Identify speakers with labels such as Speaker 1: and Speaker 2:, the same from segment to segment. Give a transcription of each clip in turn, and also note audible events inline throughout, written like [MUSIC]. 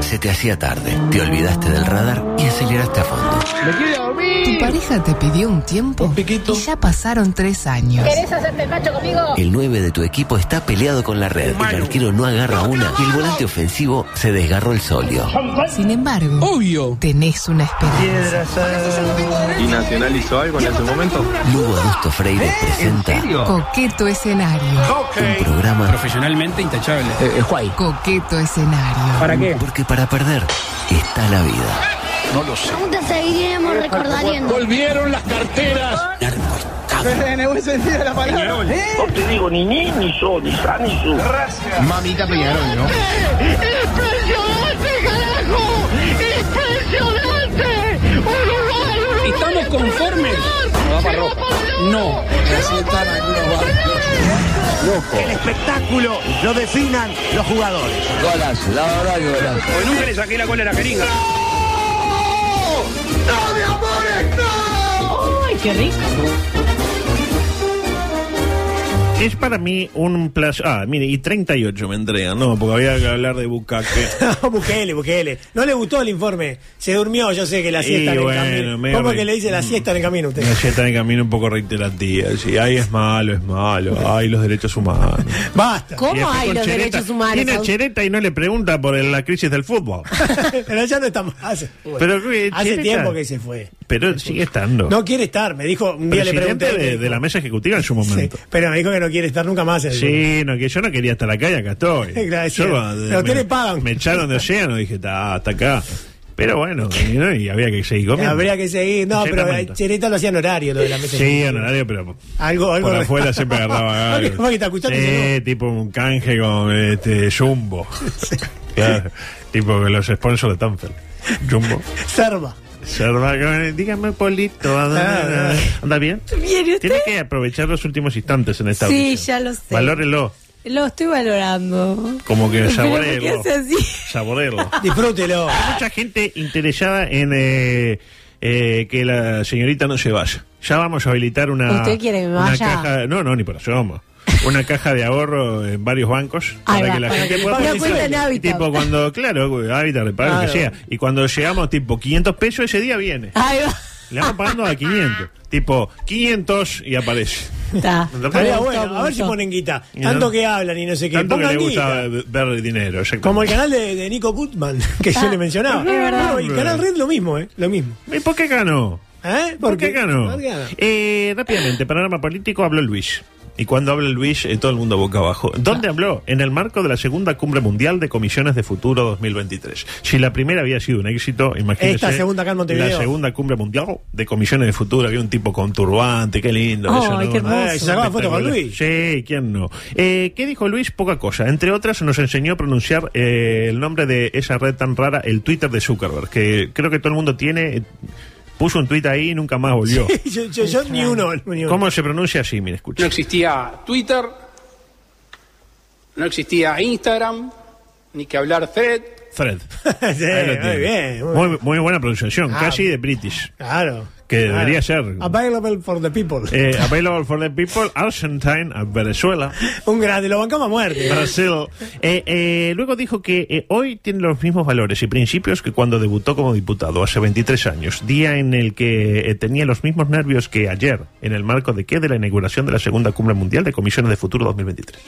Speaker 1: se te hacía tarde, te olvidaste del radar y aceleraste a fondo.
Speaker 2: ¡Me quiero
Speaker 3: Tu
Speaker 2: dormir!
Speaker 3: pareja te pidió un tiempo
Speaker 2: Un piquito.
Speaker 3: y ya pasaron tres años.
Speaker 4: ¿Querés hacerte el macho conmigo?
Speaker 1: El 9 de tu equipo está peleado con la red, el arquero no agarra una y el volante ofensivo se desgarró el solio.
Speaker 3: Sin embargo,
Speaker 2: Obvio.
Speaker 3: tenés una esperanza.
Speaker 5: ¿Y Nacional hizo algo en ese momento?
Speaker 1: Lugo Augusto Freire presenta
Speaker 3: Coqueto escenario.
Speaker 1: un programa
Speaker 2: Profesionalmente intachable.
Speaker 3: Coqueto escenario.
Speaker 2: ¿Para qué?
Speaker 1: porque para perder está la vida.
Speaker 6: Aún te seguiremos recordando.
Speaker 2: Volvieron las carteras.
Speaker 7: En el buen sentido de la palabra.
Speaker 5: Mamita Peñarol, ¿no?
Speaker 6: ¡Impresionante, carajo! ¡Impresionante! ¡Uruguay, Uruguay!
Speaker 2: ¿Estamos conformes?
Speaker 6: ¡Se va para rojo!
Speaker 2: No.
Speaker 8: espectáculo lo definan los jugadores.
Speaker 2: Porque nunca le saqué la cola a la jeringa.
Speaker 9: Es para mí un placer. Ah, mire, y 38 me entregan, no, porque había que hablar de bucaque.
Speaker 7: [LAUGHS] Bukele, Bukele. No le gustó el informe. Se durmió, yo sé que la
Speaker 9: Y
Speaker 7: siesta en
Speaker 9: bueno,
Speaker 7: el camino.
Speaker 9: medio
Speaker 7: ¿Cómo
Speaker 9: re-
Speaker 7: que le dice la siesta en el
Speaker 9: [LAUGHS]
Speaker 7: camino a usted?
Speaker 9: Una yeta de camino un poco reiterativa. Sí, ay, es malo, es malo. Ay, los derechos humanos.
Speaker 7: Basta.
Speaker 9: Y
Speaker 10: ¿Cómo
Speaker 9: después
Speaker 10: hay
Speaker 9: con
Speaker 10: los
Speaker 9: Chereta.
Speaker 10: derechos humanos?
Speaker 9: Tiene a Chereta y no le pregunta por el- la crisis del fútbol.
Speaker 7: [LAUGHS] Pero ya no está más. Hace,
Speaker 9: Pero, ¿qué,
Speaker 7: hace
Speaker 9: Chereta?
Speaker 7: tiempo que se fue.
Speaker 9: Pero sigue estando.
Speaker 7: No quiere estar. Me dijo, un día le
Speaker 9: Presidente
Speaker 7: pregunté.
Speaker 9: de, de la mesa ejecutiva en su
Speaker 7: Sí,
Speaker 9: momento.
Speaker 7: pero me dijo que no quiere estar nunca más en el grupo.
Speaker 9: Sí, no, que yo no quería estar acá y acá estoy.
Speaker 7: [LAUGHS] Gracias.
Speaker 9: Yo,
Speaker 7: Pero
Speaker 9: eh,
Speaker 7: a usted le pagan.
Speaker 9: Me echaron de océano, dije, "Ta, hasta acá. Pero bueno, y, ¿no? y había que seguir comiendo.
Speaker 7: Habría que seguir. No, pero
Speaker 9: Exactamente.
Speaker 7: eh, Chereta lo hacía en horario, lo de la mesa.
Speaker 9: Sí, honorario, pero
Speaker 7: Algo, algo.
Speaker 9: por
Speaker 7: [LAUGHS]
Speaker 9: afuera siempre agarraba
Speaker 7: Porque-
Speaker 9: algo.
Speaker 7: porque está escuchando y dice,
Speaker 9: Sí, tipo un canje con este
Speaker 7: [LAUGHS]
Speaker 9: Jumbo. Claro. Tipo que los sponsors de Tanfer. Jumbo.
Speaker 7: no. Serva.
Speaker 9: Serva, eh, dígame, Polito. ¿a dónde-
Speaker 7: Ah,
Speaker 9: ¿Anda bien?
Speaker 10: Bien, ¿y usted?
Speaker 9: Tiene que aprovechar los últimos instantes en esta
Speaker 10: Sí,
Speaker 9: audición.
Speaker 10: ya lo sé.
Speaker 9: Valórelo.
Speaker 10: Lo estoy valorando.
Speaker 9: Como que
Speaker 10: Pero ¿por qué
Speaker 9: saborearlo.
Speaker 10: hace así? [LAUGHS]
Speaker 9: Saborearlo. [LAUGHS]
Speaker 7: Disfrútelo.
Speaker 9: Hay mucha gente interesada en eh, eh, que la señorita no se vaya. Ya vamos a habilitar una.
Speaker 10: ¿Usted quiere que me
Speaker 9: una
Speaker 10: vaya?
Speaker 9: caja- no, no, ni por asomo. Una caja de ahorro en varios bancos
Speaker 10: Ahí
Speaker 9: para
Speaker 10: va,
Speaker 9: que la
Speaker 10: para
Speaker 9: gente
Speaker 10: que-
Speaker 9: pueda
Speaker 10: una cuenta en Habitat.
Speaker 9: Tipo cuando, claro, Habitat le paga lo que sea.
Speaker 7: Claro.
Speaker 9: Y cuando llegamos, tipo 500 pesos, ese día viene.
Speaker 10: Ahí va.
Speaker 9: Le vamos pagando a 500. Tipo 500 y aparece.
Speaker 10: Está.
Speaker 7: Estaría
Speaker 10: Me
Speaker 7: bueno,
Speaker 10: gustó, me
Speaker 7: a ver si
Speaker 10: gustó.
Speaker 7: ponen guita.
Speaker 9: Y
Speaker 7: Tanto
Speaker 9: no.
Speaker 7: que hablan y no sé qué.
Speaker 9: Tanto que
Speaker 7: Pongan
Speaker 9: le
Speaker 7: guita.
Speaker 9: gusta ver el dinero. exactamente.
Speaker 7: Como el canal de, de Nico Goodman, [LAUGHS] que yo
Speaker 10: Ah,
Speaker 7: le mencionaba.
Speaker 10: es verdad.
Speaker 7: Bueno, y el canal Red lo mismo, ¿eh? Lo mismo.
Speaker 9: ¿Y por qué ganó?
Speaker 7: ¿Eh?
Speaker 9: ¿Por qué ganó?
Speaker 7: [LAUGHS] ¿Por qué ganó?
Speaker 9: Eh, rápidamente, panorama político, habló Luis. Y cuando habla Luis, eh, todo el mundo boca abajo. ¿Dónde
Speaker 7: Ah.
Speaker 9: habló? En el marco de la segunda cumbre mundial de comisiones de futuro 2023. Si la primera había sido un éxito, imagínense.
Speaker 7: Esta segunda acá en Montevideo.
Speaker 9: La segunda cumbre mundial de comisiones de futuro. Había un tipo con turbante, qué lindo.
Speaker 10: Ay,
Speaker 9: eso, ¿no?
Speaker 10: qué hermoso.
Speaker 9: Ay,
Speaker 7: ¿Se sacaba foto con Luis?
Speaker 9: Sí, ¿quién no? Eh, ¿Qué dijo Luis? Poca cosa. Entre otras, nos enseñó a pronunciar eh, el nombre de esa red tan rara, el Twitter de Zuckerberg, que creo que todo el mundo tiene. eh, Puso un tweet ahí y nunca más volvió.
Speaker 7: yo, yo- yo ni uno. Ni uno.
Speaker 9: ¿Cómo se pronuncia así? Mire,
Speaker 2: No
Speaker 9: escucha.
Speaker 2: existía Twitter, no existía Instagram, ni que hablar thread.
Speaker 9: Fred.
Speaker 7: [LAUGHS] Sí,
Speaker 9: Ahí lo
Speaker 7: muy
Speaker 9: tiene.
Speaker 7: bien, muy
Speaker 9: Eh, Muy, muy buena pronunciación,
Speaker 7: Ah.
Speaker 9: casi de British.
Speaker 7: Claro.
Speaker 9: Que
Speaker 7: Claro.
Speaker 9: debería ser.
Speaker 7: Available for the people.
Speaker 9: Eh, available for the people, Argentine, a Venezuela,
Speaker 7: [LAUGHS] Un grande, lo bancamos a muerte.
Speaker 9: Brasil. Eh, eh, luego dijo que eh, hoy tiene los mismos valores y principios que cuando debutó como diputado, hace 23 años, día en el que eh, tenía los mismos nervios que ayer, en el marco de que de la inauguración de la segunda cumbre mundial de comisiones de futuro 2023.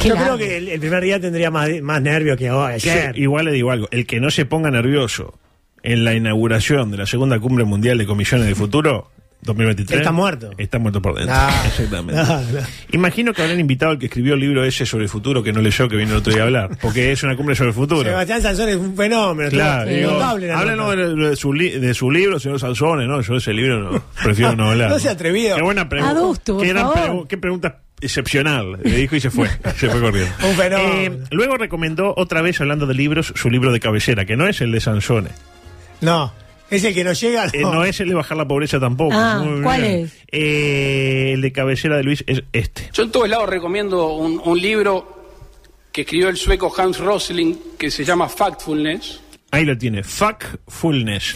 Speaker 10: Qué
Speaker 7: yo
Speaker 10: largo.
Speaker 7: creo que el, el primer día tendría más, más nervios que hoy.
Speaker 9: Sí,
Speaker 7: ayer. [LAUGHS]
Speaker 9: igual le digo algo, el que no se ponga nervioso en la inauguración de la segunda cumbre mundial de comisiones de futuro 2023
Speaker 7: Está muerto. Ah.
Speaker 9: Está muerto por dentro.
Speaker 7: No.
Speaker 9: [LAUGHS] Exactamente.
Speaker 7: No, no.
Speaker 9: Imagino que habrán invitado al que escribió el libro ese sobre el futuro que no leyó que vino el otro día a hablar, porque es una cumbre sobre el futuro.
Speaker 7: Sebastián Sansón es un fenómeno.
Speaker 9: Claro,
Speaker 7: tío.
Speaker 9: digo,
Speaker 7: Notable la
Speaker 9: háblenos
Speaker 7: nota.
Speaker 9: de, de su li- de su libro, señor Sansone, ¿no? Yo ese libro no-
Speaker 7: [LAUGHS]
Speaker 9: prefiero no hablar.
Speaker 7: No sea atrevido.
Speaker 9: Qué buena pregunta.
Speaker 10: Adusto, por
Speaker 9: qué, gran
Speaker 10: favor.
Speaker 9: pregu- qué pregunta excepcional. Le dijo y se
Speaker 7: [LAUGHS]
Speaker 9: fue. se fue corriendo. Eh,
Speaker 7: Un fenómeno.
Speaker 9: luego recomendó otra vez, hablando de libros, su libro de cabecera, que no es el de Sansone.
Speaker 7: No, es el que nos llega.
Speaker 9: Eh, no es el de Bajar la Pobreza tampoco.
Speaker 10: Ah,
Speaker 9: Muy
Speaker 10: ¿cuál
Speaker 9: bien.
Speaker 10: es?
Speaker 9: Eh, el de cabecera de Luis es este.
Speaker 2: Yo en todos lados recomiendo un, un libro que escribió el sueco Hans Rosling que se llama Factfulness.
Speaker 9: Ahí lo tiene. Fuckfulness.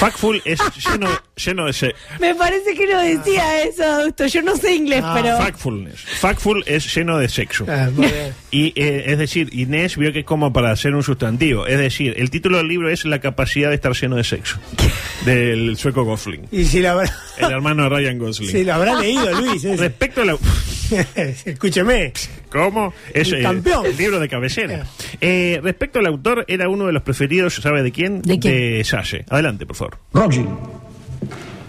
Speaker 9: Fuckful
Speaker 10: [LAUGHS]
Speaker 9: es lleno, lleno de se- ah,
Speaker 10: Me parece que no decía eso, adulto. Yo no sé inglés, pero.
Speaker 9: Fuckfulness. Fuckful es lleno de sexo.
Speaker 7: Ah, muy bien.
Speaker 9: Y eh, es decir, Inés vio que es como para hacer un sustantivo. Es decir, el título del libro es La capacidad de estar lleno de sexo. Del sueco Gosling.
Speaker 7: Y si la
Speaker 9: [LAUGHS]
Speaker 7: habrá,
Speaker 9: El hermano de Ryan Gosling.
Speaker 7: si la habrá leído,
Speaker 9: [LAUGHS]
Speaker 7: Luis. ese.
Speaker 9: Respecto a la.
Speaker 7: [LAUGHS] Escúcheme.
Speaker 9: ¿Cómo? Es
Speaker 7: El
Speaker 9: eh,
Speaker 7: campeón.
Speaker 9: el libro de cabecera. Eh, respecto al autor, era uno de los preferidos, ¿sabe de quién?
Speaker 10: ¿De quién?
Speaker 9: De Salle. Adelante, por favor.
Speaker 4: Roger,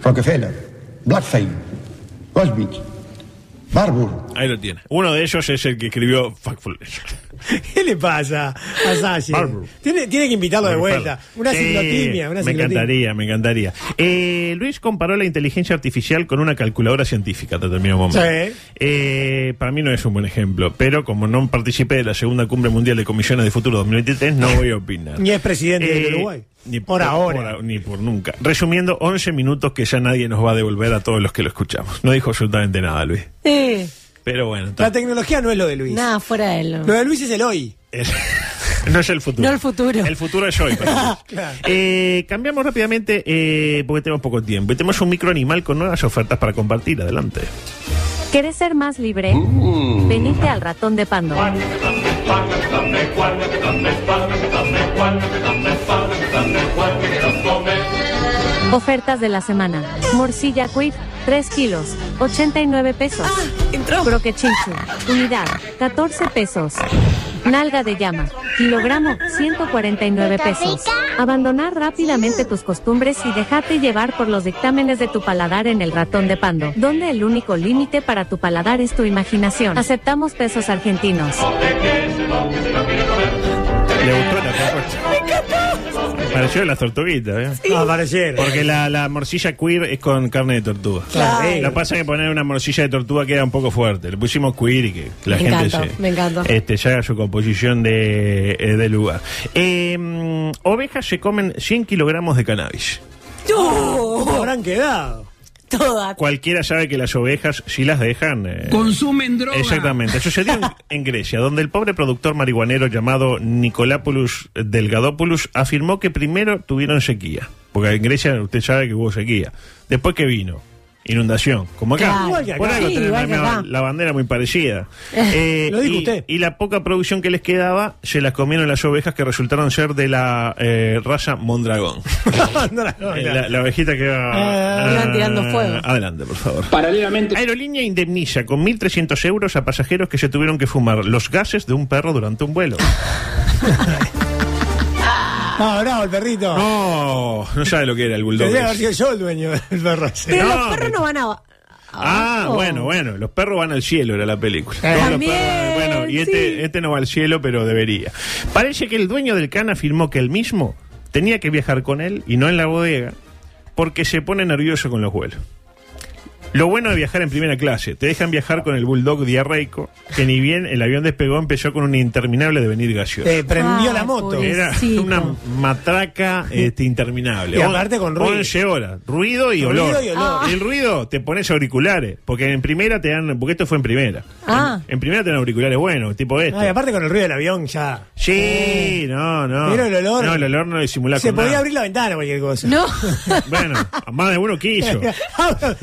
Speaker 4: Rockefeller, Blackfein, Gosbich, Barbour.
Speaker 9: Ahí lo tiene. Uno de ellos es el que escribió Fuckfulness.
Speaker 7: ¿Qué le pasa a Salle?
Speaker 9: Bárbaro.
Speaker 7: Tiene, tiene que invitarlo de
Speaker 9: Bueno,
Speaker 7: vuelta.
Speaker 9: claro.
Speaker 7: Una
Speaker 9: Sí,
Speaker 7: ciclotimia. Una
Speaker 9: me
Speaker 7: ciclotimia.
Speaker 9: encantaría, me encantaría. Eh, Luis comparó la inteligencia artificial con una calculadora científica en determinado momento.
Speaker 7: Sí.
Speaker 9: Eh, para mí no es un buen ejemplo, pero como no participé de la segunda cumbre mundial de comisiones de futuro 2023, no voy a opinar.
Speaker 7: Ni es presidente del
Speaker 9: Eh,
Speaker 7: Uruguay.
Speaker 9: Ni
Speaker 7: por ahora.
Speaker 9: por a- ni por nunca. Resumiendo, 11 minutos que ya nadie nos va a devolver a todos los que lo escuchamos. No dijo absolutamente nada, Luis.
Speaker 10: Eh,
Speaker 9: Pero bueno,
Speaker 7: La
Speaker 9: ta-
Speaker 7: tecnología no es lo de Luis.
Speaker 10: nada, fuera de lo.
Speaker 7: Lo de Luis es el hoy.
Speaker 9: es- [LAUGHS] no es el futuro.
Speaker 10: No el futuro.
Speaker 9: El futuro es hoy.
Speaker 10: [LAUGHS]
Speaker 9: para Luis.
Speaker 7: Claro.
Speaker 9: Eh, cambiamos rápidamente eh, porque tenemos poco tiempo. Y tenemos un microanimal con nuevas ofertas para compartir. Adelante.
Speaker 11: ¿Querés ser más libre?
Speaker 6: Mm.
Speaker 11: Venite al ratón de Pandora. Ofertas de la semana. Morcilla Quip, 3 kilos, 89 pesos.
Speaker 10: Ah, Entró.
Speaker 11: Croque chinchu, unidad, 14 pesos. Nalga de llama, kilogramo, 149 pesos. Abandonar rápidamente tus costumbres y dejarte llevar por los dictámenes de tu paladar en el ratón de pando, donde el único límite para tu paladar es tu imaginación. Aceptamos pesos argentinos.
Speaker 9: Le gustó la propuesta. Me Pareció de las tortuguitas. ¿eh?
Speaker 7: No, aparecer.
Speaker 9: Porque la, la morcilla queer es con carne de tortuga.
Speaker 7: Claro.
Speaker 9: Lo que pasa es que poner una morcilla de tortuga queda un poco fuerte. Le pusimos queer y que la
Speaker 10: Me
Speaker 9: gente
Speaker 10: encantó,
Speaker 9: se,
Speaker 10: me encantó.
Speaker 9: Este, se haga su composición de, eh, de lugar. Eh, mm, ovejas se comen 100 kilogramos de cannabis.
Speaker 7: ¿Cómo
Speaker 10: ¡No!
Speaker 7: habrán quedado? [LAUGHS]
Speaker 10: Toda.
Speaker 9: Cualquiera sabe que las ovejas, si las dejan... eh,
Speaker 2: Consumen droga.
Speaker 9: Exactamente. Sucedió en, en Grecia, donde el pobre productor marihuanero llamado Nicolapoulos Delgadopoulos afirmó que primero tuvieron sequía. Porque en Grecia usted sabe que hubo sequía. Después que vino. Inundación, como
Speaker 10: Claro.
Speaker 9: acá.
Speaker 7: Igual que acá.
Speaker 9: Por algo
Speaker 10: Sí,
Speaker 9: tenemos la,
Speaker 10: igual que
Speaker 9: misma-
Speaker 10: acá.
Speaker 9: la bandera muy
Speaker 10: [LAUGHS]
Speaker 9: parecida. Eh,
Speaker 7: Lo dijo
Speaker 9: y,
Speaker 7: usted.
Speaker 9: y la poca producción que les quedaba se las comieron las ovejas que resultaron ser de la eh, raza Mondragón.
Speaker 7: No, no, no.
Speaker 9: Eh, la, la ovejita que va.
Speaker 10: Ah, iban tirando fuego.
Speaker 9: Adelante, por favor.
Speaker 2: Paralelamente,
Speaker 9: Aerolínea indemniza con 1.300 euros a pasajeros que se tuvieron que fumar los gases de un perro durante un vuelo.
Speaker 7: Ah, bravo, el perrito.
Speaker 9: [LAUGHS] No, no sabe lo que era el bulldog.
Speaker 7: Tendría que haber
Speaker 9: ese.
Speaker 7: sido yo el dueño del perro. ese.
Speaker 10: Pero
Speaker 9: No,
Speaker 10: los perros no van a.
Speaker 9: Ah,
Speaker 10: abajo.
Speaker 9: bueno, bueno, los perros van al cielo, era la película. Todos los
Speaker 10: Eh, También,
Speaker 9: perros van- bueno, y este,
Speaker 10: sí.
Speaker 9: este no va al cielo, pero debería. Parece que el dueño del can afirmó que él mismo tenía que viajar con él y no en la bodega, porque se pone nervioso con los vuelos. Lo bueno de viajar en primera clase, te dejan viajar con el bulldog diarreico, que ni bien el avión despegó empezó con un interminable devenir gaseoso.
Speaker 7: Eh, prendió
Speaker 10: Ay,
Speaker 7: la moto.
Speaker 10: pobre.
Speaker 9: Era
Speaker 10: pobrecito.
Speaker 9: una matraca este, interminable.
Speaker 7: Y aparte con ruido.
Speaker 9: 11 horas. Ruido y
Speaker 7: Ruido
Speaker 9: olor.
Speaker 7: y olor.
Speaker 9: El ruido te pones auriculares. Porque en primera te dan. Porque esto fue en primera.
Speaker 10: Ah.
Speaker 9: En primera te dan auriculares buenos, tipo este.
Speaker 7: Ay, aparte con el ruido del avión ya.
Speaker 9: sí, no, no.
Speaker 7: Pero el olor-
Speaker 9: No, el olor no disimula
Speaker 7: Se
Speaker 9: con
Speaker 7: podía
Speaker 9: nada.
Speaker 7: abrir la ventana cualquier cosa. Ah,
Speaker 10: No.
Speaker 7: [LAUGHS]
Speaker 9: Bueno, a más de uno quiso.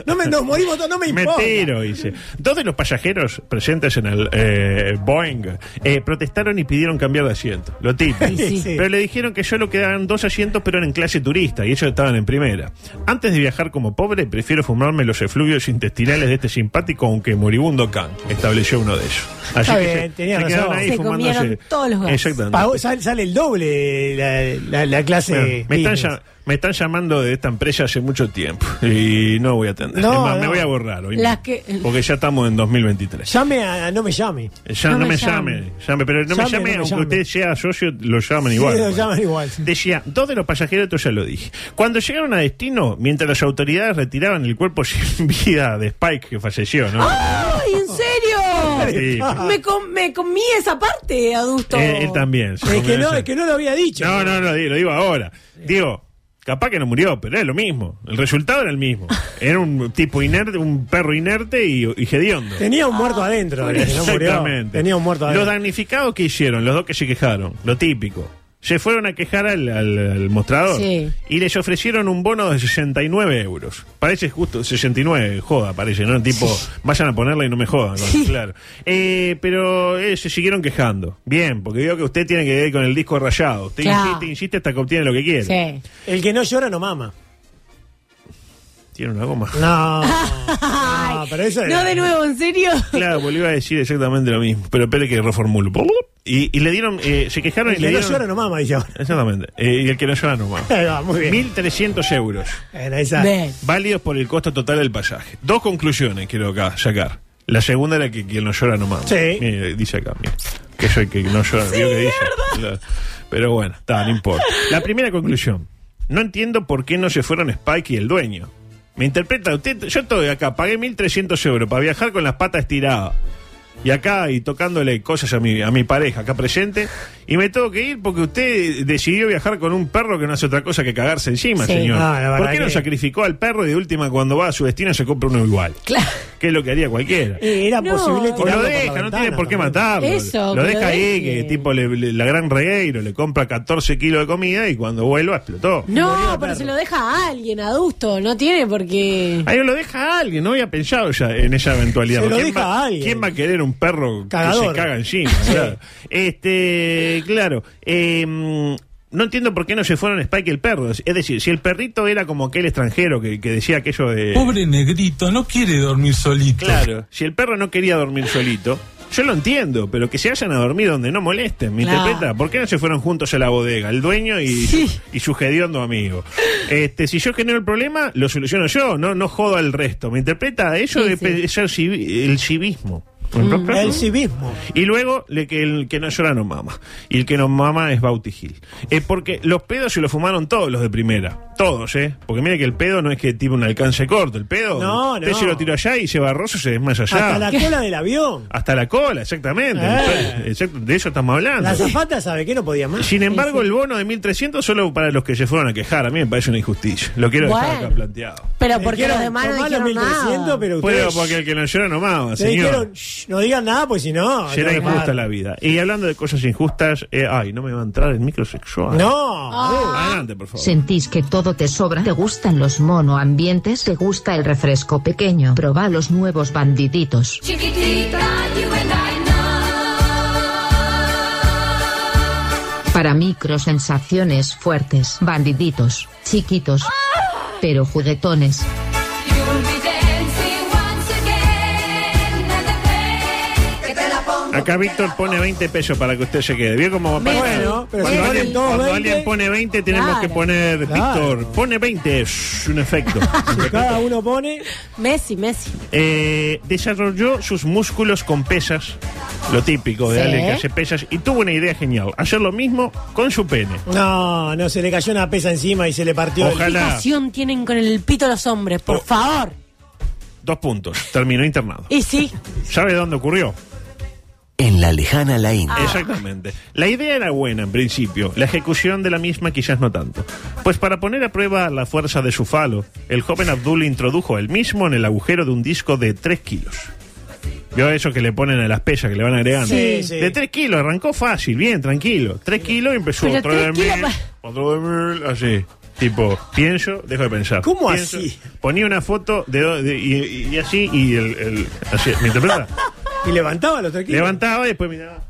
Speaker 7: no me, nos morimos todos, no me
Speaker 9: Me
Speaker 7: importa.
Speaker 9: tiro, dice. Dos de los pasajeros presentes en el eh, Boeing eh, protestaron y pidieron cambiar de asiento. Lo típico.
Speaker 7: [LAUGHS] Sí.
Speaker 9: Pero le dijeron que solo quedaban dos asientos, pero eran en clase turista y ellos estaban en primera. Antes de viajar como pobre, prefiero fumarme los efluvios intestinales de este simpático, aunque moribundo can, estableció uno de ellos. Así
Speaker 7: Está
Speaker 9: que
Speaker 7: bien,
Speaker 9: se-
Speaker 7: tenía
Speaker 9: se,
Speaker 7: razón.
Speaker 9: quedaron ahí
Speaker 10: Se
Speaker 9: fumándose-
Speaker 10: comieron todos los gases.
Speaker 9: Exactamente.
Speaker 7: Pagó- sal- sale el doble la, la- la clase.
Speaker 9: Bueno, me, están
Speaker 7: business.
Speaker 9: llam- me están llamando de esta empresa hace mucho tiempo [LAUGHS] y no voy a atender.
Speaker 7: No,
Speaker 9: Es más,
Speaker 7: no.
Speaker 9: me voy a borrar hoy.
Speaker 10: Las
Speaker 9: mismo,
Speaker 10: que-
Speaker 9: Porque ya estamos en 2023.
Speaker 7: Llame a, a no me llame.
Speaker 9: Ya no, me llame, llame, pero no
Speaker 7: Llame,
Speaker 9: me llame,
Speaker 7: no me
Speaker 9: aunque
Speaker 7: llame.
Speaker 9: usted sea socio, lo llaman igual.
Speaker 7: Sí, lo
Speaker 9: Bueno.
Speaker 7: llaman igual.
Speaker 9: Decía, dos de los pasajeros, esto ya lo dije. Cuando llegaron a destino, mientras las autoridades retiraban el cuerpo [LAUGHS] sin vida de Spike, que falleció, ¿no?
Speaker 10: ¡Ay, en serio!
Speaker 9: Sí.
Speaker 10: Me, com- me comí esa parte, adusto.
Speaker 9: Eh, él también. se
Speaker 7: Es
Speaker 9: comió
Speaker 7: que, no,
Speaker 9: esa-
Speaker 7: es que no lo había dicho.
Speaker 9: No, no, no, di- lo digo ahora. Digo, capaz que no murió, pero es lo mismo. El resultado era el mismo. Era un tipo inerte, un perro inerte y, y hediondo.
Speaker 7: Tenía un
Speaker 10: Ah,
Speaker 7: muerto adentro. eh, que no murió.
Speaker 9: Exactamente.
Speaker 7: Tenía un muerto
Speaker 9: Los
Speaker 7: adentro.
Speaker 9: damnificados que hicieron, los dos que se quejaron, lo típico. se fueron a quejar al, al- al mostrador
Speaker 10: Sí.
Speaker 9: y les ofrecieron un bono de 69 euros. Parece justo, 69, joda, parece, ¿no?
Speaker 10: [LAUGHS]
Speaker 9: Tipo, vayan a ponerla y no me jodan. con- Claro. Eh, pero eh, se siguieron quejando. Bien, porque veo que usted tiene que ir con el disco rayado. Usted
Speaker 10: Claro.
Speaker 9: insiste, insiste hasta que obtiene lo que quiere.
Speaker 10: Sí.
Speaker 7: El que no llora no mama.
Speaker 9: Tiene una goma. [LAUGHS]
Speaker 10: [LAUGHS]
Speaker 7: No. no, pero eso es.
Speaker 10: No, de nuevo, ¿en serio?
Speaker 9: Claro, porque le iba a decir exactamente lo mismo, pero espere que reformulo. Y, y le dieron, eh, se quejaron
Speaker 7: El
Speaker 9: y le
Speaker 7: que no
Speaker 9: dieron...
Speaker 7: llora no mama, dice ahora. [LAUGHS]
Speaker 9: Exactamente. Eh, y el que no llora no más.
Speaker 7: Ahí va, muy bien.
Speaker 9: 1.300 euros,
Speaker 7: Bueno, esa-
Speaker 10: Bien.
Speaker 9: válidos por el costo total del pasaje. Dos conclusiones quiero acá sacar. La segunda era que quien no llora no mama.
Speaker 7: Sí.
Speaker 9: Mire, dice acá, mira, que soy que no llora. ¿vio que dice? Claro. Pero bueno, está, no importa. La primera conclusión. No entiendo por qué no se fueron Spike y el dueño. Me interpreta usted, yo estoy acá, pagué 1.300 euros para viajar con las patas estiradas. Y acá, y tocándole cosas a mi, a mi pareja acá presente, y me tengo que ir porque usted decidió viajar con un perro que no hace otra cosa que cagarse encima,
Speaker 10: Sí.
Speaker 9: señor.
Speaker 7: Ah, la
Speaker 9: ¿Por
Speaker 7: verdad
Speaker 9: qué no
Speaker 7: que-
Speaker 9: sacrificó al perro y de última cuando va a su destino se compra uno igual?
Speaker 10: Claro.
Speaker 9: Que es lo que haría cualquiera.
Speaker 7: Eh, Era
Speaker 10: No.
Speaker 9: O
Speaker 7: posible
Speaker 9: lo
Speaker 7: tirarlo por la
Speaker 9: deja, no
Speaker 7: ventana
Speaker 9: tiene por qué
Speaker 7: también.
Speaker 9: matarlo.
Speaker 10: Eso,
Speaker 9: lo
Speaker 10: que lo
Speaker 9: deja ahí,
Speaker 10: deje.
Speaker 9: que tipo le- le- la gran regueiro le compra 14 kilos de comida y cuando vuelva explotó.
Speaker 10: No, pero se lo deja a alguien, adulto. No tiene porque.
Speaker 9: Ahí lo deja a alguien, no había pensado ya en esa eventualidad.
Speaker 7: Se lo
Speaker 9: ¿Quién
Speaker 7: deja
Speaker 9: va,
Speaker 7: a alguien.
Speaker 9: quién va a querer un perro que
Speaker 7: Cagador.
Speaker 9: se caga
Speaker 7: [LAUGHS]
Speaker 9: encima? claro. Este, claro. eh, no entiendo por qué no se fueron Spike y el perro. Es decir, si el perrito era como aquel extranjero que, que decía aquello de.
Speaker 12: Pobre negrito, no quiere dormir solito.
Speaker 9: Claro, si el perro no quería dormir solito, yo lo entiendo, pero que se vayan a dormir donde no molesten, ¿me
Speaker 10: Claro.
Speaker 9: interpreta? ¿Por qué no se fueron juntos a la bodega, el dueño y,
Speaker 10: Sí.
Speaker 9: su, y su hediondo amigo? Este, si yo genero el problema, lo soluciono yo, no, no jodo al resto, ¿me interpreta? Eso
Speaker 10: Sí,
Speaker 9: de
Speaker 10: sí. Mm.
Speaker 9: pe- es el, civi- el civismo.
Speaker 7: El civismo.
Speaker 9: Y luego, le, que el que no llora no mama. Y el que no mama es Bauti Gil. Eh, porque los pedos se los fumaron todos los de primera. Todos, ¿eh? Porque mire que el pedo no es que tiene un alcance corto. El pedo.
Speaker 7: No,
Speaker 9: usted
Speaker 7: no.
Speaker 9: se lo tira allá y se barroso se desmaya allá.
Speaker 7: Hasta la cola del avión.
Speaker 9: Hasta la cola, exactamente.
Speaker 7: Eh.
Speaker 9: Exacto, de eso estamos hablando.
Speaker 7: La zapata sabe que no podía más.
Speaker 9: Sin embargo, el bono de 1.300 solo para los que se fueron a quejar. A mí me parece una injusticia. Lo quiero dejar
Speaker 10: Bueno.
Speaker 9: acá planteado.
Speaker 10: Pero
Speaker 7: Le
Speaker 10: porque
Speaker 7: dijeron,
Speaker 10: los demás no
Speaker 7: tomá los
Speaker 10: dijeron
Speaker 7: 1300,
Speaker 10: nada.
Speaker 7: pero
Speaker 9: Pero
Speaker 7: ustedes
Speaker 9: porque el que no llora no mama,
Speaker 7: le
Speaker 9: señor.
Speaker 7: dijeron, "Shh, no digan nada, pues si no.
Speaker 9: Será
Speaker 7: no,
Speaker 9: injusta
Speaker 7: claro.
Speaker 9: la vida. Y hablando de cosas injustas, eh, ay, no me va a entrar el microsexual. Ah.
Speaker 7: No.
Speaker 9: Adelante, por favor.
Speaker 13: ¿Sentís que todo te sobra? ¿Te gustan los monoambientes? ¿Te gusta el refresco pequeño? Proba los nuevos bandiditos. Para microsensaciones fuertes. Bandiditos. Chiquitos. Pero juguetones.
Speaker 9: Acá Víctor pone 20 pesos para que usted se quede. ¿Vio cómo va
Speaker 10: Bueno,
Speaker 9: pasando?
Speaker 7: pero
Speaker 9: cuando,
Speaker 7: si
Speaker 9: alguien,
Speaker 7: ponen todos
Speaker 9: cuando
Speaker 7: 20,
Speaker 9: alguien pone 20 tenemos
Speaker 10: claro.
Speaker 9: que poner
Speaker 7: Claro.
Speaker 9: Víctor. Pone 20, es un efecto.
Speaker 7: Si cada uno pone.
Speaker 10: Messi, Messi.
Speaker 9: Eh, desarrolló sus músculos con pesas, lo típico de
Speaker 10: Sí.
Speaker 9: alguien que hace pesas, y tuvo una idea genial, hacer lo mismo con su pene.
Speaker 7: No, no, se le cayó una pesa encima y se le partió. el-
Speaker 9: Ojalá.
Speaker 10: ¿Qué pasión tienen con el pito los hombres? Por
Speaker 9: Oh.
Speaker 10: favor.
Speaker 9: Dos puntos, terminó internado.
Speaker 10: Y sí.
Speaker 9: ¿Sabe dónde ocurrió?
Speaker 1: En la lejana la
Speaker 10: Ah.
Speaker 1: India.
Speaker 9: Exactamente. La idea era buena en principio, la ejecución de la misma quizás no tanto. Pues para poner a prueba la fuerza de su falo, el joven Abdul introdujo el mismo en el agujero de un disco de 3 kilos. Vio eso que le ponen a las pesas que le van agregando.
Speaker 7: Sí, sí.
Speaker 9: De 3 kilos, arrancó fácil, bien, tranquilo. 3 kilos y empezó
Speaker 10: Pero
Speaker 9: otro
Speaker 10: tres
Speaker 9: de mil,
Speaker 10: kilos
Speaker 9: otro de mil, así. Tipo, pienso, dejo de pensar.
Speaker 7: ¿Cómo
Speaker 9: Pienso,
Speaker 7: así?
Speaker 9: Ponía una foto de, do- de- y, y- y así, y el, el- así, ¿me interpreta?
Speaker 7: Y levantaba los tres kilos.
Speaker 9: Levantaba y después miraba.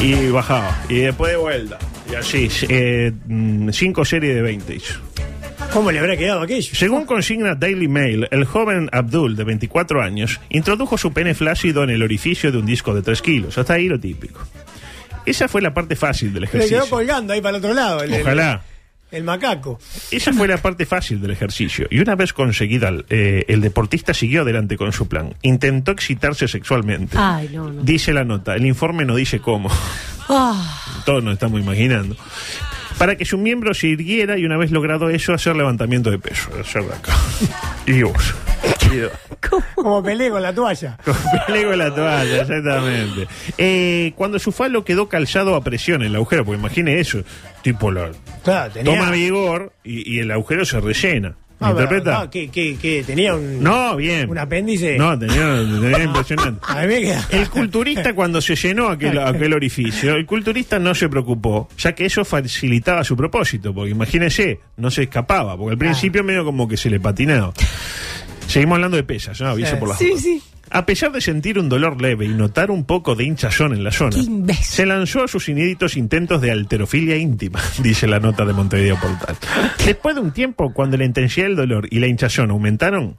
Speaker 9: Y bajaba. Y después de vuelta. Y así, eh, mm, cinco series de 20 hizo.
Speaker 7: ¿Cómo le habrá quedado aquello?
Speaker 9: Según consigna Daily Mail, el joven Abdul, de 24 años, introdujo su pene flácido en el orificio de un disco de 3 kilos. Hasta ahí lo típico. Esa fue la parte fácil del
Speaker 7: Le quedó
Speaker 9: ejercicio.
Speaker 7: colgando ahí para el otro lado. el- el-
Speaker 9: Ojalá.
Speaker 7: El macaco.
Speaker 9: Esa fue la parte fácil del ejercicio. Y una vez conseguida, el- eh, el deportista siguió adelante con su plan. Intentó excitarse sexualmente.
Speaker 11: Ah,
Speaker 10: Ay, no, no.
Speaker 9: Dice la nota. El informe no dice cómo.
Speaker 10: Ah,
Speaker 9: Todos nos estamos imaginando. Para que su miembro se irguiera y una vez logrado eso, hacer levantamiento de peso. Hacer de acá. [LAUGHS] Y vos. Y dos.
Speaker 7: Como peleé con la toalla.
Speaker 9: Con pliego en la toalla, exactamente. Eh, cuando su falo quedó calzado a presión en el agujero, porque imagine eso. Tipo, la,
Speaker 7: Claro, tenía.
Speaker 9: toma vigor y, y el agujero se rellena.
Speaker 7: Ah,
Speaker 9: ¿Interpreta?
Speaker 7: pero, no, que, que- que tenía un,
Speaker 9: No, bien.
Speaker 7: un apéndice.
Speaker 9: No, tenía, tenía impresionante.
Speaker 7: A mí me queda-
Speaker 9: El
Speaker 7: [LAUGHS]
Speaker 9: culturista cuando se llenó aquel, aquel orificio, el culturista no se preocupó, ya que eso facilitaba su propósito, porque imagínense, no se escapaba, porque al principio medio como que se le patinaba. Seguimos hablando de pesas, ¿no? Aviso por las
Speaker 10: Sí,
Speaker 9: dudas.
Speaker 10: sí.
Speaker 9: A pesar de sentir un dolor leve y notar un poco de hinchazón en la zona, se lanzó a sus inéditos intentos de alterofilia íntima, [LAUGHS] dice la nota de Montevideo Portal. Después de un tiempo, cuando la intensidad del dolor y la hinchazón aumentaron,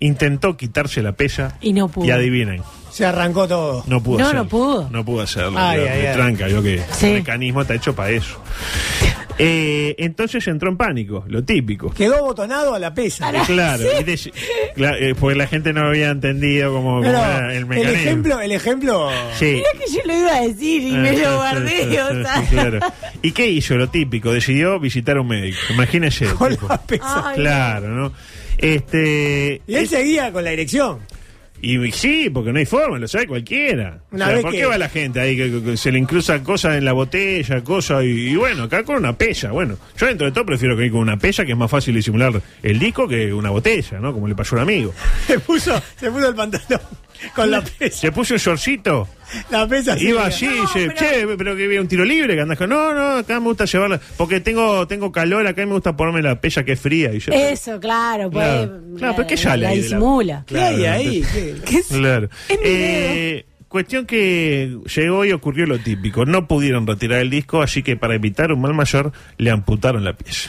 Speaker 9: intentó quitarse la pesa
Speaker 10: Y no pudo.
Speaker 9: y adivinen,
Speaker 7: Se arrancó todo.
Speaker 9: no pudo
Speaker 10: No,
Speaker 9: hacerlo.
Speaker 10: no pudo.
Speaker 9: No pudo hacerlo.
Speaker 7: Ay,
Speaker 9: yo,
Speaker 7: ay,
Speaker 9: me
Speaker 7: ay.
Speaker 9: tranca, yo que
Speaker 10: Sí.
Speaker 9: el mecanismo está hecho para eso. Eh, entonces entró en pánico, lo típico.
Speaker 7: Quedó botonado a la pesa.
Speaker 9: Eh, Claro, y de- cla- eh, porque la gente no había entendido cómo, cómo
Speaker 7: Pero
Speaker 9: era el
Speaker 7: el,
Speaker 9: mecanismo.
Speaker 7: ejemplo, el ejemplo.
Speaker 9: Sí. Ah,
Speaker 10: Mira que yo lo iba a decir y me
Speaker 9: [LAUGHS]
Speaker 10: lo guardé, o sea.
Speaker 9: Claro. ¿Y qué hizo? Lo típico, decidió visitar a un médico. Imagínese.
Speaker 7: Con
Speaker 9: tipo.
Speaker 7: la pesa.
Speaker 10: Ay,
Speaker 9: Claro, ¿no? Este,
Speaker 7: Y él seguía con la dirección.
Speaker 9: Y sí, porque no hay forma, lo sabe cualquiera.
Speaker 7: Una
Speaker 9: O sea,
Speaker 7: vez
Speaker 9: ¿Por
Speaker 7: que-
Speaker 9: qué va la gente ahí que, que- que se le incruzan cosas en la botella, cosas? Y, y bueno, acá con una pesa. Bueno, yo dentro de todo prefiero que ir con una pesa, que es más fácil disimular el disco que una botella, ¿no? Como le pasó a un amigo.
Speaker 7: Se puso, se puso el pantalón con [LAUGHS] la pesa.
Speaker 9: Se puso un shortcito,
Speaker 7: La pesa
Speaker 9: iba
Speaker 7: seguía.
Speaker 9: así, dice, che, pero que había un tiro libre, que andás con. No, no, acá me gusta llevarla, porque tengo tengo calor, acá me gusta ponerme la pesa que es fría. Y yo,
Speaker 10: Eso, claro, pues.
Speaker 9: Claro, claro, pero ¿qué sale
Speaker 10: La
Speaker 9: ahí de la-
Speaker 10: disimula.
Speaker 7: ¿Qué hay
Speaker 9: Claro,
Speaker 7: ahí? ¿Qué-
Speaker 10: ¿Qué es?
Speaker 9: Claro.
Speaker 10: Es mi
Speaker 9: Eh, cuestión que llegó y ocurrió lo típico. No pudieron retirar el disco, así que para evitar un mal mayor le amputaron la
Speaker 7: [LAUGHS]
Speaker 9: pieza.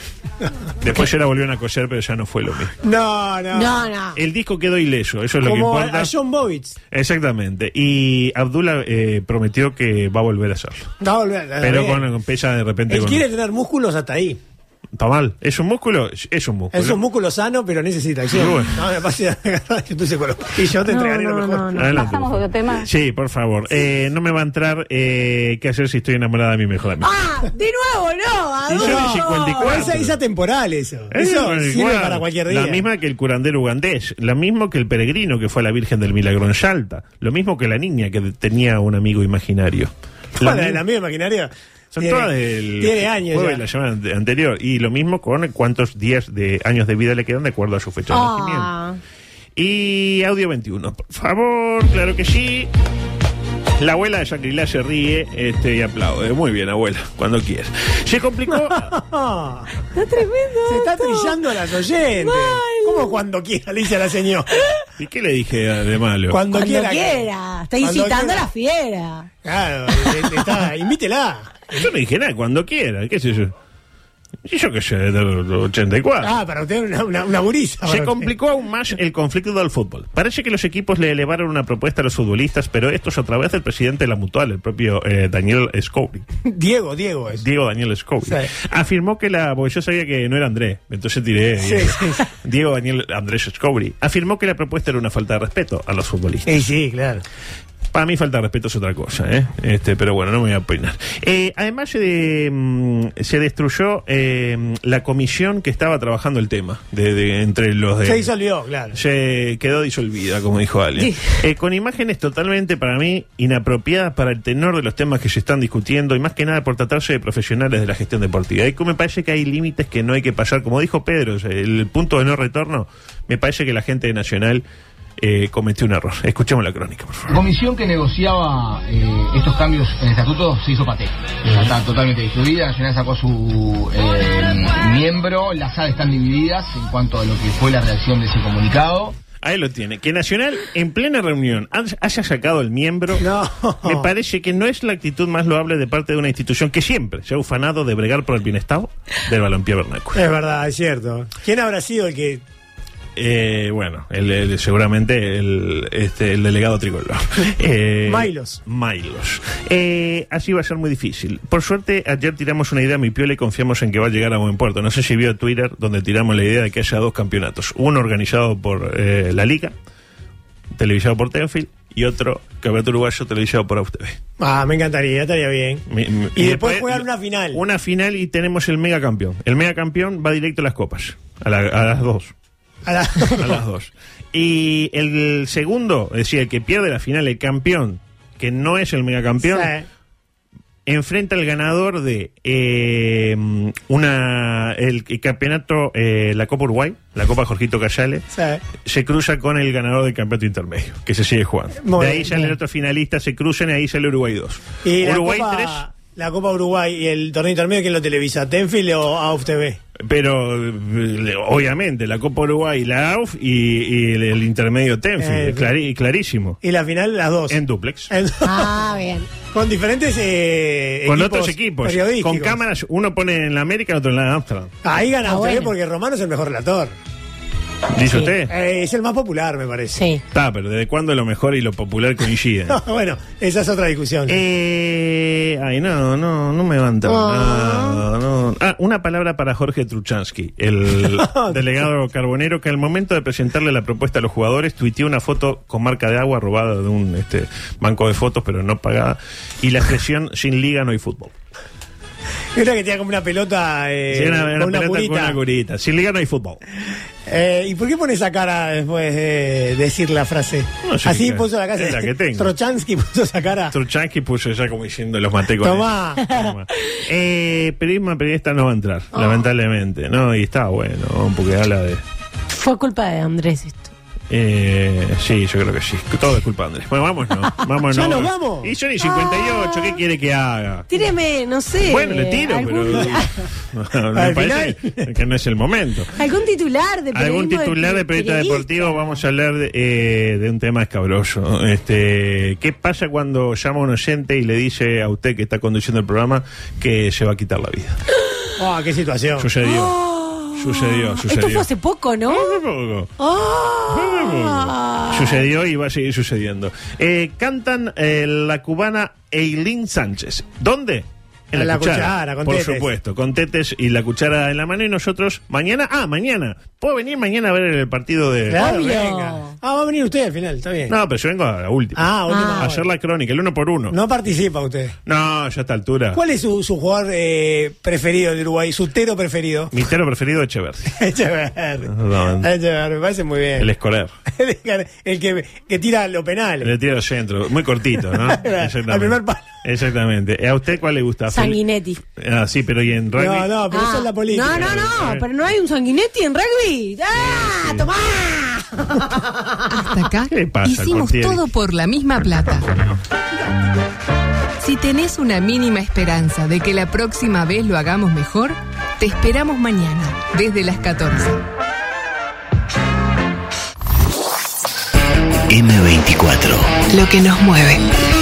Speaker 9: Después ya la volvieron a coser, pero ya no fue lo mismo.
Speaker 7: No, no.
Speaker 10: No, no.
Speaker 9: El disco quedó ileso, eso es lo que
Speaker 7: Ah. Como a
Speaker 9: importa.
Speaker 7: a John Bovitz.
Speaker 9: Exactamente. Y Abdullah eh, prometió que va a volver a hacerlo.
Speaker 7: No, volver-
Speaker 9: Pero
Speaker 7: Ah, bien.
Speaker 9: con con pesa de repente.
Speaker 7: Él
Speaker 9: con-
Speaker 7: quiere tener músculos hasta ahí.
Speaker 9: Está mal. ¿Es un músculo? Es un músculo.
Speaker 7: Es un músculo sano, pero necesita acción.
Speaker 9: Muy bueno.
Speaker 7: No, me pasa que tú se colocó. Y yo te
Speaker 10: No,
Speaker 7: entregaré
Speaker 10: no,
Speaker 7: lo mejor.
Speaker 10: no, no.
Speaker 9: Adelante.
Speaker 6: Pasamos a otro tema.
Speaker 9: Sí, por favor. Eh, no me va a entrar eh, qué hacer si estoy enamorada de mi mejor amigo.
Speaker 10: Ah, de nuevo, no,
Speaker 9: Y yo de
Speaker 10: adulto.
Speaker 9: 54.
Speaker 7: O Ah, esa es atemporal, eso. Eso
Speaker 9: Ah, Eh,
Speaker 7: sirve
Speaker 9: igual.
Speaker 7: para cualquier día.
Speaker 9: La misma que el curandero ugandés, la misma que el peregrino que fue a la Virgen del Milagro en Salta, lo mismo que la niña que tenía un amigo imaginario.
Speaker 7: Todas
Speaker 9: La
Speaker 7: de la
Speaker 9: mi-
Speaker 7: misma maquinaria.
Speaker 9: son
Speaker 7: Tiene-
Speaker 9: todas del
Speaker 7: Tiene años
Speaker 9: jueves
Speaker 7: ya.
Speaker 9: de la semana ante- anterior y lo mismo con cuántos días de años de vida le quedan de acuerdo a su fecha de nacimiento.
Speaker 10: Ah,
Speaker 9: Y audio 21, por favor, claro que sí. La abuela de Shangri-La se ríe este, y aplaude. Muy bien, abuela, cuando quieras. Se
Speaker 7: [LAUGHS]
Speaker 9: complicó.
Speaker 7: Ah,
Speaker 10: está tremendo.
Speaker 7: se está
Speaker 10: esto.
Speaker 7: trillando a las oyentes.
Speaker 10: Mal.
Speaker 7: Como cuando quiera, le dice a la señora.
Speaker 9: ¿Y qué le dije de malo?
Speaker 7: Cuando,
Speaker 10: Cuando
Speaker 7: quiera.
Speaker 10: quiera. Está
Speaker 7: Cuando
Speaker 10: incitando a
Speaker 7: quiera.
Speaker 10: la fiera.
Speaker 7: Claro, le- le está- invítela.
Speaker 9: Yo no dije nada, cuando quiera, qué sé yo. Y yo qué sé, del 84.
Speaker 7: Ah, para usted una, una, una gurisa. para
Speaker 9: Se
Speaker 7: usted.
Speaker 9: complicó aún más el conflicto del fútbol. Parece que los equipos le elevaron una propuesta a los futbolistas, pero esto es a través del presidente de la mutual, el propio eh, Daniel Scobri.
Speaker 7: Diego, Diego es.
Speaker 9: Diego Daniel Scobri.
Speaker 7: Sí.
Speaker 9: Afirmó que la. Porque yo sabía que no era Andrés, entonces tiré.
Speaker 7: Sí,
Speaker 9: Diego,
Speaker 7: sí, sí.
Speaker 9: Diego Daniel Andrés Scobri. Afirmó que la propuesta era una falta de respeto a los futbolistas.
Speaker 7: Eh, sí, claro.
Speaker 9: Para mí falta de respeto es otra cosa, ¿eh? Este, pero bueno, no me voy a peinar. Eh, además se, de- mm, se destruyó eh, la comisión que estaba trabajando el tema de, de- entre los de...
Speaker 7: Se disolvió, claro.
Speaker 9: Se quedó disolvida, como dijo alguien. Eh, con imágenes totalmente, para mí, inapropiadas para el tenor de los temas que se están discutiendo y más que nada por tratarse de profesionales de la gestión deportiva. Y como me parece que hay límites que no hay que pasar. Como dijo Pedro, o sea, el punto de no retorno, me parece que la gente de Nacional eh, cometió un error. Escuchemos la crónica, por favor.
Speaker 14: comisión que negociaba eh, estos cambios en el estatuto se hizo paté. Está totalmente distribuida, Nacional sacó a su eh, miembro, las SAD están divididas en cuanto a lo que fue la reacción de ese comunicado.
Speaker 9: Ahí lo tiene. Que Nacional, en plena reunión, ha- haya sacado el miembro,
Speaker 7: No.
Speaker 9: me parece que no es la actitud más loable de parte de una institución que siempre se ha ufanado de bregar por el bienestar del balompié vernáculo.
Speaker 7: Es verdad, es cierto. ¿Quién habrá sido el que
Speaker 9: Eh, bueno, el- el- seguramente el, este, el delegado
Speaker 7: [LAUGHS]
Speaker 9: tricolor. Eh,
Speaker 7: Mailos.
Speaker 9: Mailos. Eh, así va a ser muy difícil. Por suerte, ayer tiramos una idea a mi piola y confiamos en que va a llegar a buen puerto. No sé si vio Twitter donde tiramos la idea de que haya dos campeonatos. Uno organizado por eh, la Liga, televisado por Tenfield, y otro, Campeonato Uruguayo, televisado por AUTV.
Speaker 7: Ah, me encantaría, estaría bien.
Speaker 9: Mi- mi-
Speaker 7: Y después jugar una final.
Speaker 9: Una final y tenemos el mega campeón. El mega campeón va directo a las copas, a, la- a las dos.
Speaker 7: A la-
Speaker 9: [LAUGHS] A
Speaker 7: [LAUGHS]
Speaker 9: las dos. Y el segundo, es decir, el que pierde la final, el campeón, que no es el megacampeón,
Speaker 7: Sí.
Speaker 9: enfrenta al ganador de eh, una el, el campeonato, eh, la Copa Uruguay, la Copa Jorgito Cayale, se cruza con el ganador del campeonato intermedio, que se sigue jugando.
Speaker 7: Muy
Speaker 9: de ahí
Speaker 7: bien.
Speaker 9: sale el otro finalista, se cruzan y ahí sale Uruguay 2.
Speaker 7: Y la
Speaker 9: Uruguay
Speaker 7: Copa-
Speaker 9: 3,
Speaker 7: La Copa Uruguay y el torneo intermedio, ¿quién lo televisa? ¿Tenfield o AUF TV?
Speaker 9: pero eh, obviamente la Copa Uruguay, la AUF y, y el, el intermedio Tenfield,
Speaker 7: Eh,
Speaker 9: clari- clarísimo.
Speaker 7: Y la final, las dos.
Speaker 9: En duplex.
Speaker 10: Ah, bien.
Speaker 7: Con diferentes eh,
Speaker 9: Con otros equipos, con
Speaker 7: periodísticos.
Speaker 9: cámaras, uno pone en la América, otro en la Amsterdam.
Speaker 7: Ahí gana
Speaker 10: Ah,
Speaker 7: AUF TV
Speaker 10: bueno.
Speaker 7: porque Romano es el mejor relator.
Speaker 9: ¿Dice
Speaker 7: Sí.
Speaker 9: usted?
Speaker 7: Eh, es el más popular, me parece. [LAUGHS]
Speaker 10: Sí.
Speaker 9: Está, pero ¿desde cuándo lo mejor y lo popular coinciden?
Speaker 7: bueno, esa es otra discusión.
Speaker 9: Eh, ay, no, no, no me levanta
Speaker 7: Ah.
Speaker 9: nada, no. Ah, una palabra para Jorge Truchansky,
Speaker 7: [LAUGHS]
Speaker 9: el delegado carbonero, que al momento de presentarle la propuesta a los jugadores, tuiteó una foto con marca de agua robada de un este, banco de fotos, pero no pagada, y la expresión sin liga no hay fútbol.
Speaker 7: Era que tenía como una pelota, eh,
Speaker 9: Sí, una,
Speaker 7: con una
Speaker 9: pelota
Speaker 7: curita.
Speaker 9: con una curita. Sin liga no hay fútbol.
Speaker 7: Eh, ¿Y por qué pone esa cara después de decir la frase?
Speaker 9: No sé
Speaker 7: Así
Speaker 9: qué-
Speaker 7: puso la cara.
Speaker 9: es la que tengo.
Speaker 7: Trochansky puso esa cara.
Speaker 9: Truchansky puso ya como diciendo los maté con
Speaker 7: Tomá.
Speaker 10: [LAUGHS]
Speaker 9: Eh, periodismo periodista no va a entrar,
Speaker 10: Oh.
Speaker 9: lamentablemente. No, y está bueno, porque habla de.
Speaker 10: Fue culpa de Andrés esto.
Speaker 9: Eh, sí, yo creo que sí. Todo es culpa de Andrés. Bueno, vámonos.
Speaker 10: [LAUGHS]
Speaker 9: vámonos.
Speaker 10: ¿Ya nos vamos? Ah.
Speaker 9: Y Johnny 58, ¿qué quiere que haga?
Speaker 10: Tíreme, no sé.
Speaker 9: Bueno, le tiro,
Speaker 10: algún,
Speaker 9: [LAUGHS] pero. me
Speaker 7: Al
Speaker 9: parece que, que no es el momento.
Speaker 10: algún titular de
Speaker 9: Algún
Speaker 10: periodismo
Speaker 9: titular de periodista deportivo, vamos a hablar de, eh, de un tema escabroso. Este, ¿Qué pasa cuando llama un oyente y le dice a usted que está conduciendo el programa que se va a quitar la vida?
Speaker 7: Ah, qué situación.
Speaker 9: Sucedió.
Speaker 7: Ah.
Speaker 9: Sucedió,
Speaker 10: Esto
Speaker 9: sucedió.
Speaker 10: fue hace poco, ¿no? Ah.
Speaker 9: Sucedió y va a seguir sucediendo. Eh, cantan eh, la cubana Eileen Sánchez. ¿Dónde?
Speaker 7: En la cuchara, con
Speaker 9: por
Speaker 7: tetes.
Speaker 9: supuesto, con tetes y la cuchara en la mano y nosotros mañana, ah, mañana, puedo venir mañana a ver el partido de...
Speaker 7: Claro, venga. Ah, va a venir usted al final, está bien.
Speaker 9: No, pero yo vengo a la última.
Speaker 7: Ah, última hora.
Speaker 9: Ayer la crónica, el uno por uno.
Speaker 7: No participa usted.
Speaker 9: No, ya a esta altura.
Speaker 7: ¿Cuál es su, su jugador eh, preferido de Uruguay? ¿Su tero preferido? [LAUGHS]
Speaker 9: Mi tero preferido Echeverri.
Speaker 7: Echeverri.
Speaker 9: No,
Speaker 7: Echeverri, me parece muy bien.
Speaker 9: El escolar.
Speaker 7: [LAUGHS] El, que, que tira lo penal.
Speaker 9: Le tiro al centro, muy cortito, ¿no? Exactamente.
Speaker 7: [LAUGHS] Al primer palo.
Speaker 9: Exactamente. ¿A usted cuál le gusta?
Speaker 10: Sanguinetti.
Speaker 9: Ah, sí, pero ¿y en rugby?
Speaker 7: No, no, pero eso es la política.
Speaker 10: Ah. No, no, no, pero no hay un sanguinetti en rugby. ¡Ah! ¡Tomá!
Speaker 3: Hasta acá
Speaker 9: ¿Qué pasa,
Speaker 3: hicimos
Speaker 9: Contieri?
Speaker 3: todo por la misma plata. Si tenés una mínima esperanza de que la próxima vez lo hagamos mejor, te esperamos mañana, desde las 14.
Speaker 1: M24.
Speaker 3: Lo que nos mueve.